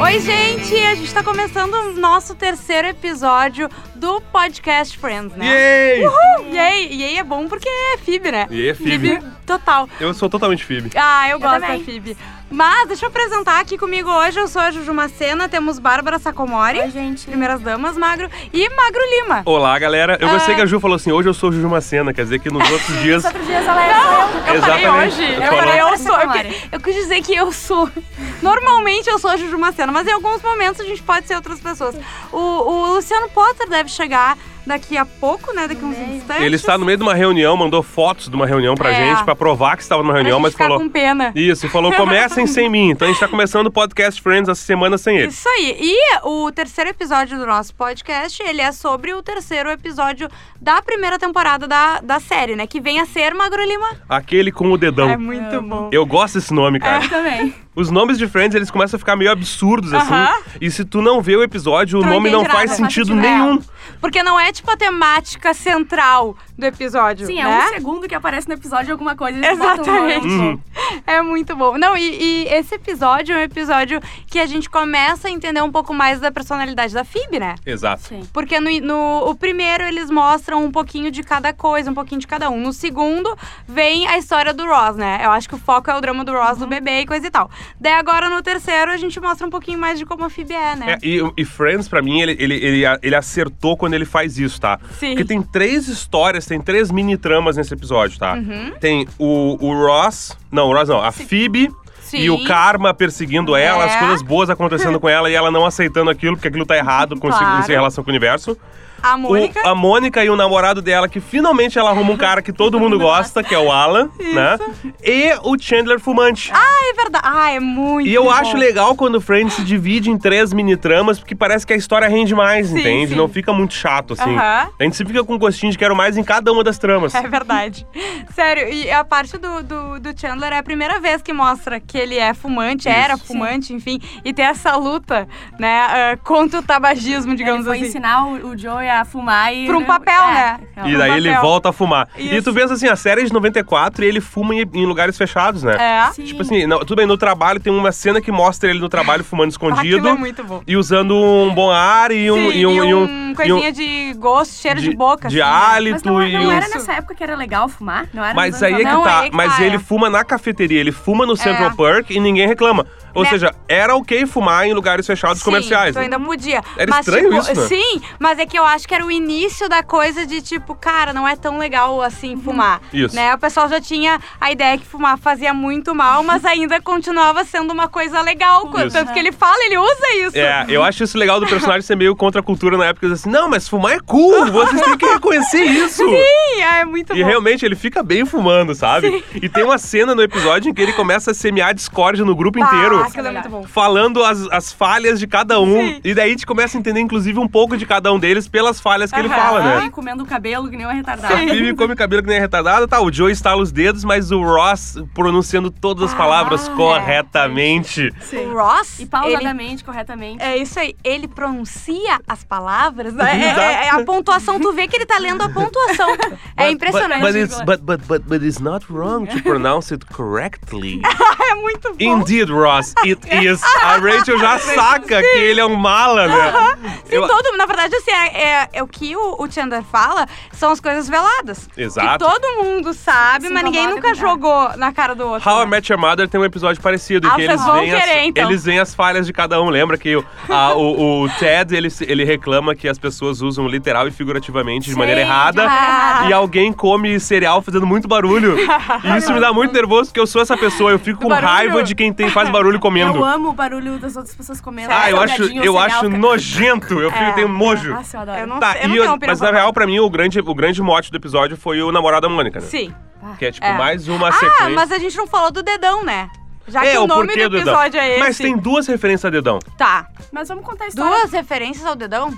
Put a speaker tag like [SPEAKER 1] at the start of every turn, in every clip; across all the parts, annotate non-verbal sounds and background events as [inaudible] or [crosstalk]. [SPEAKER 1] Oi, gente! A gente tá começando o nosso terceiro episódio do podcast Friends, né?
[SPEAKER 2] Yay!
[SPEAKER 1] Uhul! E aí, e aí é bom porque é FIB, né?
[SPEAKER 2] E aí é Phoebe.
[SPEAKER 1] FIB total.
[SPEAKER 2] Eu sou totalmente Phoebe.
[SPEAKER 1] Ah, eu, gosto
[SPEAKER 3] também.
[SPEAKER 1] da FIB. Mas deixa eu apresentar aqui comigo hoje. Eu sou a Juju Macena, temos Bárbara Sacomori,
[SPEAKER 3] Oi, gente.
[SPEAKER 1] primeiras damas, Magro, e Magro Lima.
[SPEAKER 2] Olá, galera. Eu gostei que
[SPEAKER 1] Ah.
[SPEAKER 2] a Ju falou assim, hoje eu sou Juju Macena, quer dizer que
[SPEAKER 1] [laughs]
[SPEAKER 2] nos outros dias...
[SPEAKER 3] Os outros dias ela é eu.
[SPEAKER 1] Eu falei
[SPEAKER 2] Exatamente.
[SPEAKER 1] hoje.
[SPEAKER 2] Tu
[SPEAKER 1] Eu
[SPEAKER 2] falou.
[SPEAKER 1] falei, eu
[SPEAKER 3] Bárbara
[SPEAKER 1] sou. Eu,
[SPEAKER 3] Sacomori.
[SPEAKER 1] que- eu quis dizer que eu sou. [laughs] Normalmente eu sou a Juju Macena, mas em alguns momentos a gente pode ser outras pessoas. O, o Luciano Potter deve chegar daqui a pouco, né? Daqui a uns instantes.
[SPEAKER 2] Ele está no meio de uma reunião, mandou fotos de uma reunião pra
[SPEAKER 1] É.
[SPEAKER 2] gente, pra provar que estava numa
[SPEAKER 1] pra
[SPEAKER 2] reunião,
[SPEAKER 1] gente
[SPEAKER 2] mas
[SPEAKER 1] ficar
[SPEAKER 2] falou...
[SPEAKER 1] com pena.
[SPEAKER 2] Isso,
[SPEAKER 1] [laughs]
[SPEAKER 2] e falou, comecem sem mim. Então a gente tá começando o podcast Friends essa semana sem ele.
[SPEAKER 1] Isso aí. E o terceiro episódio do nosso podcast, ele é sobre o terceiro episódio da primeira temporada da, da série, né? Que vem a ser Magro Lima.
[SPEAKER 2] Aquele com o dedão.
[SPEAKER 1] é muito bom. É.
[SPEAKER 2] Eu gosto desse nome, cara.
[SPEAKER 1] [laughs]
[SPEAKER 3] também.
[SPEAKER 2] Os nomes de Friends, eles começam a ficar meio absurdos, assim.
[SPEAKER 1] Aham.
[SPEAKER 2] E se tu não vê o episódio, o
[SPEAKER 1] Tu não
[SPEAKER 2] nome não
[SPEAKER 1] entende
[SPEAKER 2] faz
[SPEAKER 1] nada,
[SPEAKER 3] não faz
[SPEAKER 2] sentido
[SPEAKER 3] sentido.
[SPEAKER 2] nenhum.
[SPEAKER 1] Porque não é tipo a temática central do episódio.
[SPEAKER 3] Sim, é
[SPEAKER 1] né?
[SPEAKER 3] um segundo que aparece no episódio de alguma coisa. eles botam um
[SPEAKER 1] Exatamente.
[SPEAKER 3] nome.
[SPEAKER 2] Uhum.
[SPEAKER 1] [laughs] É muito bom. Não, e, e esse episódio é um episódio que a gente começa a entender um pouco mais da personalidade da Phoebe, né?
[SPEAKER 2] Exato.
[SPEAKER 3] Sim.
[SPEAKER 1] Porque no, no- o primeiro eles mostram um pouquinho de cada coisa, um pouquinho de cada um. No segundo vem a história do Ross, né? Eu acho que o foco é o drama do
[SPEAKER 2] Uhum.
[SPEAKER 1] Ross, do bebê e coisa e tal. Daí agora no terceiro a gente mostra um pouquinho mais de como a Phoebe é, né?
[SPEAKER 2] É, e, e Friends, pra mim, ele, ele, ele, a- ele acertou quando ele faz isso, tá?
[SPEAKER 1] Sim.
[SPEAKER 2] Porque tem três histórias, tem três mini tramas nesse episódio, tá? Tem o, o Ross. Não, o Ross não, a Phoebe.
[SPEAKER 1] Uhum. Sim.
[SPEAKER 2] E o karma perseguindo
[SPEAKER 1] É.
[SPEAKER 2] ela, as coisas boas acontecendo com ela e ela não aceitando aquilo, porque aquilo tá errado com
[SPEAKER 1] Claro.
[SPEAKER 2] em relação com o universo.
[SPEAKER 1] A
[SPEAKER 2] O-
[SPEAKER 1] Mônica.
[SPEAKER 2] a Mônica e o namorado dela, que finalmente ela arruma um cara que
[SPEAKER 1] [laughs]
[SPEAKER 2] todo mundo gosta, que é o Alan, né? E o Chandler fumante.
[SPEAKER 1] Ah, é verdade. Ah, é muito.
[SPEAKER 2] E eu
[SPEAKER 1] bom.
[SPEAKER 2] acho legal quando o Friends se divide em três mini tramas, porque parece que a história rende mais,
[SPEAKER 1] Sim,
[SPEAKER 2] entende?
[SPEAKER 1] sim.
[SPEAKER 2] Não fica muito chato, assim.
[SPEAKER 1] Aham.
[SPEAKER 2] A gente sempre fica com um gostinho de quero mais em cada uma das tramas.
[SPEAKER 1] É verdade. Sério, e a parte do, do, do Chandler é a primeira vez que mostra que ele é fumante, era fumante, enfim, e tem essa luta, né, ah, contra o tabagismo, digamos
[SPEAKER 3] Ele foi
[SPEAKER 1] assim.
[SPEAKER 3] ensinar o, o Joey a fumar e.
[SPEAKER 1] Pra um papel,
[SPEAKER 3] É,
[SPEAKER 1] né?
[SPEAKER 3] é.
[SPEAKER 2] E daí ele
[SPEAKER 1] papel.
[SPEAKER 2] volta a fumar. E
[SPEAKER 1] Isso.
[SPEAKER 2] tu pensa assim, a série é de 94 e ele fuma em, em lugares fechados, né?
[SPEAKER 1] É.
[SPEAKER 3] Sim.
[SPEAKER 2] Tipo assim, não- tudo bem, no trabalho tem uma cena que mostra ele no trabalho fumando escondido. Ah,
[SPEAKER 1] Aquilo é muito bom.
[SPEAKER 2] E usando um bom ar e um.
[SPEAKER 1] Sim,
[SPEAKER 2] e um, e um- e um-
[SPEAKER 1] coisinha de gosto, cheiro de,
[SPEAKER 2] de-
[SPEAKER 1] boca.
[SPEAKER 2] de
[SPEAKER 1] assim, né?
[SPEAKER 2] hálito
[SPEAKER 3] Mas não,
[SPEAKER 2] e.
[SPEAKER 3] não era
[SPEAKER 1] Isso.
[SPEAKER 3] nessa época que era legal fumar? Não era
[SPEAKER 2] Mas
[SPEAKER 3] nos
[SPEAKER 2] aí é
[SPEAKER 3] anos
[SPEAKER 2] que
[SPEAKER 1] Ah, Não,
[SPEAKER 2] tá.
[SPEAKER 1] aí que
[SPEAKER 2] Mas
[SPEAKER 1] tá,
[SPEAKER 2] ele
[SPEAKER 1] é.
[SPEAKER 2] fuma na cafeteria, ele fuma no Central
[SPEAKER 1] É.
[SPEAKER 2] Park e ninguém reclama. Ou
[SPEAKER 1] Né?
[SPEAKER 2] seja, era ok fumar em lugares fechados
[SPEAKER 1] Sim,
[SPEAKER 2] comerciais.
[SPEAKER 1] Tu ainda podia.
[SPEAKER 2] Era
[SPEAKER 1] mas,
[SPEAKER 2] estranho
[SPEAKER 1] tipo,
[SPEAKER 2] isso, né?
[SPEAKER 1] Sim, mas é que eu acho que era o início da coisa de tipo, cara, não é tão legal assim fumar.
[SPEAKER 2] Isso.
[SPEAKER 1] Né? O pessoal já tinha a ideia que fumar fazia muito mal,
[SPEAKER 2] [laughs]
[SPEAKER 1] mas ainda continuava sendo uma coisa legal. co-
[SPEAKER 2] Isso.
[SPEAKER 1] Tanto que ele fala, ele usa isso.
[SPEAKER 2] É, eu acho isso legal do personagem ser meio contra a cultura na época. dizer Assim, não, mas fumar é cool, vocês têm que reconhecer isso.
[SPEAKER 1] [laughs] Sim, é muito
[SPEAKER 2] E
[SPEAKER 1] bom.
[SPEAKER 2] realmente ele fica bem fumando, sabe? E tem uma cena no episódio em que ele começa a semear discórdia no grupo
[SPEAKER 1] Bah,
[SPEAKER 2] inteiro.
[SPEAKER 1] aquilo é muito bom.
[SPEAKER 2] Falando as, as falhas de cada um.
[SPEAKER 1] Sim.
[SPEAKER 2] E daí a gente começa a entender, inclusive, um pouco de cada um deles pelas falhas que ele
[SPEAKER 1] Aham.
[SPEAKER 2] fala, né?
[SPEAKER 3] E comendo o cabelo que nem um uma
[SPEAKER 1] Tá.
[SPEAKER 3] retardada.
[SPEAKER 2] A Phoebe come cabelo que nem retardada, tá? O Joe estala os dedos, mas o Ross pronunciando todas as palavras
[SPEAKER 1] Ah,
[SPEAKER 2] corretamente.
[SPEAKER 1] O Ross,
[SPEAKER 3] E
[SPEAKER 1] ele...
[SPEAKER 3] pausadamente, corretamente.
[SPEAKER 1] É isso aí, ele pronuncia as palavras, né? É-
[SPEAKER 2] Exato.
[SPEAKER 1] é- é a pontuação, tu vê que ele tá lendo a
[SPEAKER 2] [laughs]
[SPEAKER 1] pontuação. É impressionante.
[SPEAKER 2] But, but, it's, but, but, but, but it's not wrong to pronounce it
[SPEAKER 1] [laughs]
[SPEAKER 2] correctly.
[SPEAKER 1] [laughs] é muito bom.
[SPEAKER 2] Indeed, Ross, it is. A
[SPEAKER 1] [laughs]
[SPEAKER 2] Rachel já saca que ele é um mala, [laughs] né?
[SPEAKER 1] Sim, todo, na verdade, assim, é, é- é o que o, o Chandler fala são as coisas veladas. Que
[SPEAKER 2] Exato.
[SPEAKER 1] todo mundo sabe,
[SPEAKER 3] Se
[SPEAKER 1] mas ninguém
[SPEAKER 3] incomoda
[SPEAKER 1] nunca
[SPEAKER 3] com nada.
[SPEAKER 1] jogou na cara do outro.
[SPEAKER 2] How I
[SPEAKER 1] né?
[SPEAKER 2] Met Your Mother tem um episódio parecido, em
[SPEAKER 1] Ah,
[SPEAKER 2] que
[SPEAKER 1] vocês
[SPEAKER 2] eles
[SPEAKER 1] vão
[SPEAKER 2] veem,
[SPEAKER 1] querer,
[SPEAKER 2] as,
[SPEAKER 1] então.
[SPEAKER 2] eles veem as falhas de cada um. Lembra que o, a- o- o Ted, ele, se- ele reclama que as pessoas usam literal e figurativamente de maneira
[SPEAKER 3] de
[SPEAKER 2] errada.
[SPEAKER 3] maneira
[SPEAKER 1] [laughs] errada.
[SPEAKER 2] E alguém come cereal fazendo muito barulho. e isso me dá muito nervoso, porque eu sou essa pessoa. Eu fico com
[SPEAKER 1] barulho.
[SPEAKER 2] raiva de quem tem, faz
[SPEAKER 1] [laughs]
[SPEAKER 2] barulho comendo.
[SPEAKER 3] Eu amo o barulho das outras pessoas comendo.
[SPEAKER 2] ah, eu acho,
[SPEAKER 3] salgadinho,
[SPEAKER 2] eu
[SPEAKER 3] cereal,
[SPEAKER 2] acho
[SPEAKER 3] cara.
[SPEAKER 2] nojento. Eu fico, tenho nojo.
[SPEAKER 3] Nossa, eu adoro.
[SPEAKER 1] É. Eu não,
[SPEAKER 2] Tá,
[SPEAKER 1] sei, eu não
[SPEAKER 2] e
[SPEAKER 1] tenho
[SPEAKER 2] eu-
[SPEAKER 1] opinião
[SPEAKER 2] mas na
[SPEAKER 1] pra-
[SPEAKER 2] real, pra mim, o grande, o grande mote do episódio foi o namorado da Mônica, né?
[SPEAKER 1] Sim.
[SPEAKER 2] Que é tipo
[SPEAKER 1] É.
[SPEAKER 2] mais uma
[SPEAKER 1] Ah,
[SPEAKER 2] sequência.
[SPEAKER 1] mas a gente não falou do dedão, né? Já que
[SPEAKER 2] é,
[SPEAKER 1] o nome
[SPEAKER 2] porquê
[SPEAKER 1] do
[SPEAKER 2] dedão.
[SPEAKER 1] episódio é esse.
[SPEAKER 2] Mas tem duas referências a dedão.
[SPEAKER 1] Tá.
[SPEAKER 3] Mas vamos contar a história.
[SPEAKER 1] Duas referências ao dedão?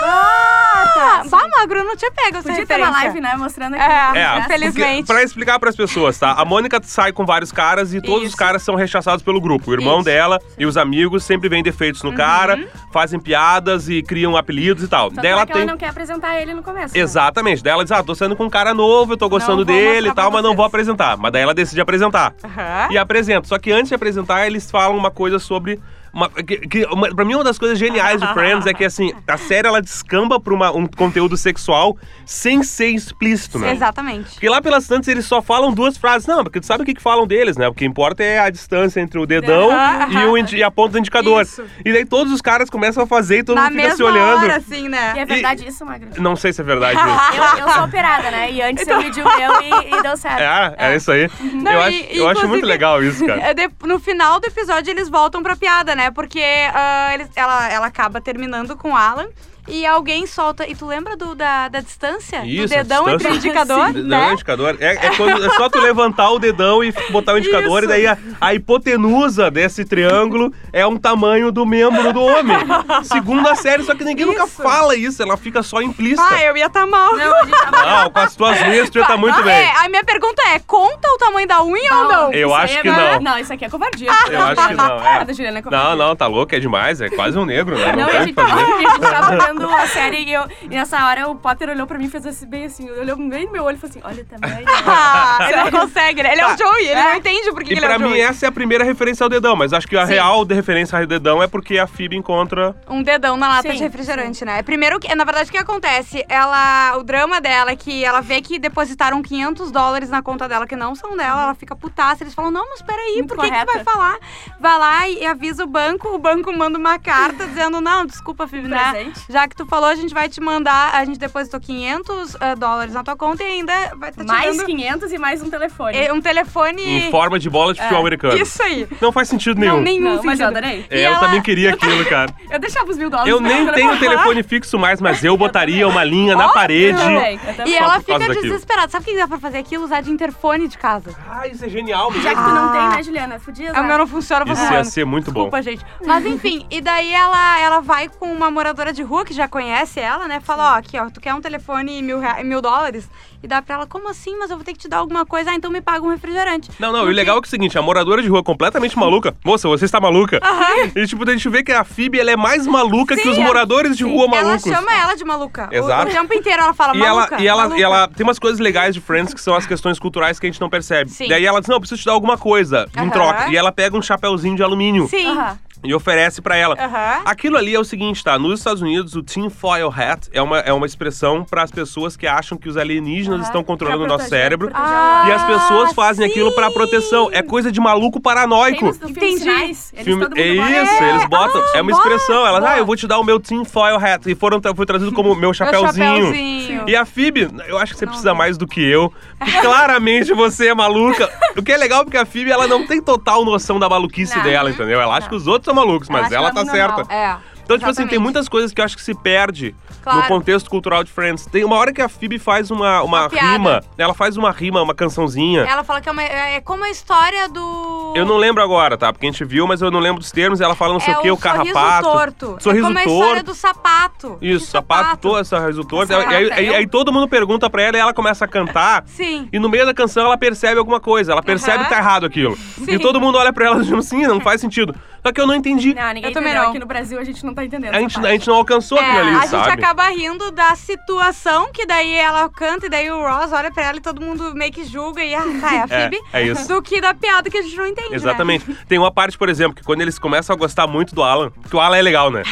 [SPEAKER 1] Ah!
[SPEAKER 3] tá, sim.
[SPEAKER 1] Bah, Magro, eu não tinha pego essa
[SPEAKER 3] Podia ter
[SPEAKER 1] referência.
[SPEAKER 3] uma live, né? Mostrando aqui.
[SPEAKER 1] É.
[SPEAKER 2] É,
[SPEAKER 1] Infelizmente.
[SPEAKER 2] porque- Pra explicar pras pessoas, tá? A Mônica sai com vários caras e todos os
[SPEAKER 1] Isso.
[SPEAKER 2] caras são rechaçados pelo grupo. O irmão
[SPEAKER 1] Isso. Uhum.
[SPEAKER 2] dela e os amigos sempre veem defeitos no cara, fazem piadas e criam apelidos e tal.
[SPEAKER 3] Tanto
[SPEAKER 2] Daí
[SPEAKER 3] é
[SPEAKER 2] ela
[SPEAKER 3] que
[SPEAKER 2] tem.
[SPEAKER 3] ela não quer apresentar ele no começo. né?
[SPEAKER 2] Exatamente. Daí ela diz: Ah, tô saindo com um cara novo, eu tô gostando
[SPEAKER 1] vou mostrar
[SPEAKER 2] dele e tal,
[SPEAKER 1] pra
[SPEAKER 2] mas não
[SPEAKER 1] vocês.
[SPEAKER 2] vou apresentar. Mas daí ela decide apresentar.
[SPEAKER 1] Aham.
[SPEAKER 2] E apresenta. Só que antes de apresentar, eles falam uma coisa sobre Uma, que, que- uma- pra mim, uma das coisas geniais de Friends é que, assim, a série ela descamba pra uma- um conteúdo sexual sem ser explícito, né?
[SPEAKER 1] Exatamente.
[SPEAKER 2] Porque lá pelas tantas eles só falam duas frases. Não, porque tu sabe o que, que falam deles, né? O que importa é a distância entre o dedão
[SPEAKER 1] Aham.
[SPEAKER 2] e, o indi- e a ponta do indicador.
[SPEAKER 3] Isso.
[SPEAKER 2] E daí todos os caras começam a fazer e todo
[SPEAKER 1] Na
[SPEAKER 2] mundo fica se
[SPEAKER 1] mesma
[SPEAKER 2] olhando.
[SPEAKER 1] hora, assim, né?
[SPEAKER 3] E é verdade isso, Magra?
[SPEAKER 2] Não sei se é verdade isso.
[SPEAKER 1] [laughs]
[SPEAKER 3] Eu, eu sou operada, né? E antes eu pedi o meu e, e deu certo.
[SPEAKER 2] É, é isso aí.
[SPEAKER 1] Não,
[SPEAKER 2] eu
[SPEAKER 1] e-
[SPEAKER 2] acho,
[SPEAKER 1] e
[SPEAKER 2] eu acho
[SPEAKER 1] inclusive-
[SPEAKER 2] muito legal isso, cara.
[SPEAKER 1] É, de- no final do episódio, eles voltam pra piada, né? Porque ah, eles- ela, ela acaba terminando com o Alan e alguém solta. E tu lembra do, da, da distância? do
[SPEAKER 2] Isso, a
[SPEAKER 1] É, dedão entre o
[SPEAKER 2] distância.
[SPEAKER 1] indicador?
[SPEAKER 2] Dedão
[SPEAKER 1] né?
[SPEAKER 2] e indicador. É, é quando- é só tu levantar o dedão e botar o
[SPEAKER 1] Isso.
[SPEAKER 2] indicador, e daí a, a hipotenusa desse triângulo é um tamanho do membro do homem. Segundo a série, só que ninguém nunca
[SPEAKER 1] Isso.
[SPEAKER 2] fala isso, ela fica só implícita.
[SPEAKER 1] Ah, eu ia tá mal.
[SPEAKER 3] Não, a gente tá mal.
[SPEAKER 2] Ah, com as tuas linhas tu já tá muito
[SPEAKER 1] Ah,
[SPEAKER 2] bem.
[SPEAKER 1] é, a minha pergunta é: conta o tamanho da unha ou não?
[SPEAKER 2] Eu
[SPEAKER 3] Isso aí
[SPEAKER 2] acho
[SPEAKER 3] é
[SPEAKER 2] que
[SPEAKER 3] mar-
[SPEAKER 2] não.
[SPEAKER 3] Não, isso aqui é covardia.
[SPEAKER 2] Eu acho que não, é.
[SPEAKER 3] A da Juliana é covardia.
[SPEAKER 2] Não, não, tá louco, é demais, é quase um negro, né? Não,
[SPEAKER 3] Não,
[SPEAKER 2] tem
[SPEAKER 3] a
[SPEAKER 2] o que
[SPEAKER 3] gente, tá
[SPEAKER 1] tá
[SPEAKER 2] fazer.
[SPEAKER 3] a gente tava vendo a série e, eu, e nessa hora o Potter olhou pra mim e fez assim, bem assim, olhou bem no meu olho e falou assim, olha o [laughs] tamanho.
[SPEAKER 1] [laughs]
[SPEAKER 2] [laughs]
[SPEAKER 1] Ah, ele não consegue, né? Ele é o Joey, ele não entende por que
[SPEAKER 2] Tá. E
[SPEAKER 1] que ele é
[SPEAKER 2] pra
[SPEAKER 1] o
[SPEAKER 2] mim
[SPEAKER 1] Joey.
[SPEAKER 2] essa é a primeira referência ao dedão, mas acho que a
[SPEAKER 1] Sim.
[SPEAKER 2] real de referência ao dedão é porque a Phoebe encontra
[SPEAKER 1] Um dedão na lata
[SPEAKER 3] Sim,
[SPEAKER 1] de refrigerante, né? Primeiro, que- na verdade, o que acontece? Ela, o drama dela é que ela vê que depositaram 500 dólares na conta dela que não são dela, ela fica putaça. Eles falam, não, mas peraí,
[SPEAKER 3] Muito
[SPEAKER 1] por que, que tu
[SPEAKER 3] correta.
[SPEAKER 1] vai falar? Vai lá e, e avisa o banco, o banco manda uma carta dizendo, não, desculpa, Phoebe, né?
[SPEAKER 3] Presente.
[SPEAKER 1] Já que tu falou, a gente vai te mandar, a gente depositou 500 ah, dólares na tua conta e ainda vai estar te
[SPEAKER 3] Mais
[SPEAKER 1] dando
[SPEAKER 3] 500 e mais um telefone.
[SPEAKER 1] eh, um telefone... É,
[SPEAKER 2] em forma de bola de futebol americano.
[SPEAKER 1] Isso aí.
[SPEAKER 2] Não faz sentido
[SPEAKER 1] Não,
[SPEAKER 2] nenhum.
[SPEAKER 1] nenhum
[SPEAKER 3] Não, mas eu
[SPEAKER 1] sentido.
[SPEAKER 3] adorei.
[SPEAKER 1] E
[SPEAKER 2] É, eu
[SPEAKER 1] ela- [laughs]
[SPEAKER 2] também queria aquilo, cara.
[SPEAKER 3] Eu deixava os mil dólares.
[SPEAKER 2] Eu
[SPEAKER 3] no
[SPEAKER 2] nem
[SPEAKER 3] telefone.
[SPEAKER 2] tenho telefone fixo mais, mas eu botaria uma linha na
[SPEAKER 3] Eu
[SPEAKER 1] né,
[SPEAKER 3] também,
[SPEAKER 2] parede.
[SPEAKER 3] eu também.
[SPEAKER 1] E ela
[SPEAKER 2] Só por causa
[SPEAKER 1] fica
[SPEAKER 2] daquilo.
[SPEAKER 1] desesperada. Sabe o que dá pra fazer aqui? Usar de interfone de casa.
[SPEAKER 2] Ah, isso é genial,
[SPEAKER 3] Já
[SPEAKER 2] menino.
[SPEAKER 3] que tu não
[SPEAKER 1] Ah.
[SPEAKER 3] tem, né, Juliana? Fudias,
[SPEAKER 1] É, O
[SPEAKER 3] né?
[SPEAKER 1] meu não funciona, eu vou
[SPEAKER 2] Isso ia ser muito bom.
[SPEAKER 1] Desculpa, gente. Mas enfim, e daí ela, ela vai com uma moradora de rua que já conhece ela, né? Fala, ó, aqui, ó, tu quer um telefone e mil, rea- mil dólares? E dá pra ela, como assim? Mas eu vou ter que te dar alguma coisa, ah, então me paga um refrigerante.
[SPEAKER 2] Não, não, e o legal é que é o seguinte, a moradora de rua é completamente maluca. Moça, você está maluca.
[SPEAKER 1] Uhum.
[SPEAKER 2] E tipo, a gente vê que a Phoebe, ela é mais maluca que os
[SPEAKER 1] Ah. Sim,
[SPEAKER 2] moradores de rua
[SPEAKER 1] ela
[SPEAKER 2] malucos.
[SPEAKER 1] chama ela de maluca. O-
[SPEAKER 2] Exato.
[SPEAKER 1] O tempo inteiro ela fala
[SPEAKER 2] E ela,
[SPEAKER 1] maluca.
[SPEAKER 2] e, ela,
[SPEAKER 1] maluca.
[SPEAKER 2] e ela tem umas coisas legais de Friends que são as questões culturais que a gente não percebe.
[SPEAKER 1] Sim.
[SPEAKER 2] Daí ela diz: Não, eu preciso te dar alguma coisa em
[SPEAKER 1] Aham.
[SPEAKER 2] troca. E ela pega um chapéuzinho de alumínio
[SPEAKER 1] Sim.
[SPEAKER 3] Aham.
[SPEAKER 2] e oferece pra ela.
[SPEAKER 1] Aham.
[SPEAKER 2] Aquilo ali é o seguinte, tá? Nos Estados Unidos, o tin foil hat é uma, é uma expressão para as pessoas que acham que os alienígenas
[SPEAKER 3] Aham.
[SPEAKER 2] estão controlando o
[SPEAKER 3] Pra
[SPEAKER 2] nosso
[SPEAKER 3] proteger,
[SPEAKER 2] cérebro.
[SPEAKER 3] proteger.
[SPEAKER 1] Ah,
[SPEAKER 2] E as pessoas fazem aquilo pra
[SPEAKER 1] sim.
[SPEAKER 2] proteção. É coisa de maluco
[SPEAKER 3] Tem
[SPEAKER 2] paranoico.
[SPEAKER 3] nos, no filme
[SPEAKER 1] Entendi.
[SPEAKER 3] Sinais, eles
[SPEAKER 2] Filme-
[SPEAKER 3] todo mundo
[SPEAKER 2] É
[SPEAKER 3] bota.
[SPEAKER 2] isso, eles botam. é uma
[SPEAKER 1] boa,
[SPEAKER 2] expressão. Elas,
[SPEAKER 1] boa.
[SPEAKER 2] ah, eu vou te dar o meu tin foil hat. E foram, tra- foi traduzido como meu
[SPEAKER 1] Meu
[SPEAKER 2] chapéuzinho.
[SPEAKER 1] chapéuzinho.
[SPEAKER 2] E a Phoebe, eu acho que você precisa mais do que eu. porque Claramente você é maluca. O que é legal porque a Phoebe, ela não tem total noção da maluquice
[SPEAKER 3] Não.
[SPEAKER 2] dela, entendeu? Ela acha que os outros são malucos, mas
[SPEAKER 3] acha
[SPEAKER 2] ela,
[SPEAKER 3] que
[SPEAKER 2] tá
[SPEAKER 3] ela é normal.
[SPEAKER 2] certa.
[SPEAKER 1] É.
[SPEAKER 2] Então, tipo assim, tem
[SPEAKER 1] exatamente.
[SPEAKER 2] muitas coisas que eu acho que se perde no
[SPEAKER 1] Claro.
[SPEAKER 2] contexto cultural de Friends. Tem uma hora que a Phoebe faz uma, uma,
[SPEAKER 1] Uma piada.
[SPEAKER 2] rima, né? ela faz uma rima, uma cançãozinha.
[SPEAKER 1] Ela fala que é, uma- é como a história do.
[SPEAKER 2] Eu não lembro agora, tá? Porque a gente viu, mas eu não lembro dos termos. Ela fala não sei
[SPEAKER 1] é
[SPEAKER 2] o que, o carrapato.
[SPEAKER 1] Sorriso torto.
[SPEAKER 2] Sorriso
[SPEAKER 1] é como a história
[SPEAKER 2] torto.
[SPEAKER 1] do sapato.
[SPEAKER 2] Isso,
[SPEAKER 1] Que
[SPEAKER 2] sapato, todo, essa torto.
[SPEAKER 1] Sapato,
[SPEAKER 2] Aí, aí-
[SPEAKER 3] é
[SPEAKER 2] aí-
[SPEAKER 3] eu?
[SPEAKER 2] aí todo mundo pergunta pra ela e ela começa a cantar.
[SPEAKER 1] Sim.
[SPEAKER 2] E no meio da canção ela percebe alguma coisa, ela percebe
[SPEAKER 1] Aham.
[SPEAKER 2] que tá errado aquilo. E todo mundo olha pra ela e diz assim, não faz sentido. Só que eu não entendi.
[SPEAKER 3] Não, ninguém
[SPEAKER 1] Eu também
[SPEAKER 3] entendeu.
[SPEAKER 1] não.
[SPEAKER 3] Aqui no Brasil a gente não tá entendendo.
[SPEAKER 2] a,
[SPEAKER 3] essa
[SPEAKER 2] gente, a
[SPEAKER 3] parte.
[SPEAKER 2] gente não alcançou
[SPEAKER 1] É,
[SPEAKER 2] aquilo ali,
[SPEAKER 1] a
[SPEAKER 2] sabe?
[SPEAKER 1] gente acaba rindo da situação que daí ela canta e daí o Ross olha pra ela e todo mundo meio que julga e ah, tá, é a Phoebe.
[SPEAKER 2] [laughs] é isso.
[SPEAKER 1] Do que da piada que a gente não entende. né?
[SPEAKER 2] Exatamente. Tem uma parte, por exemplo, que quando eles começam a gostar muito do Alan, que o Alan é legal, né?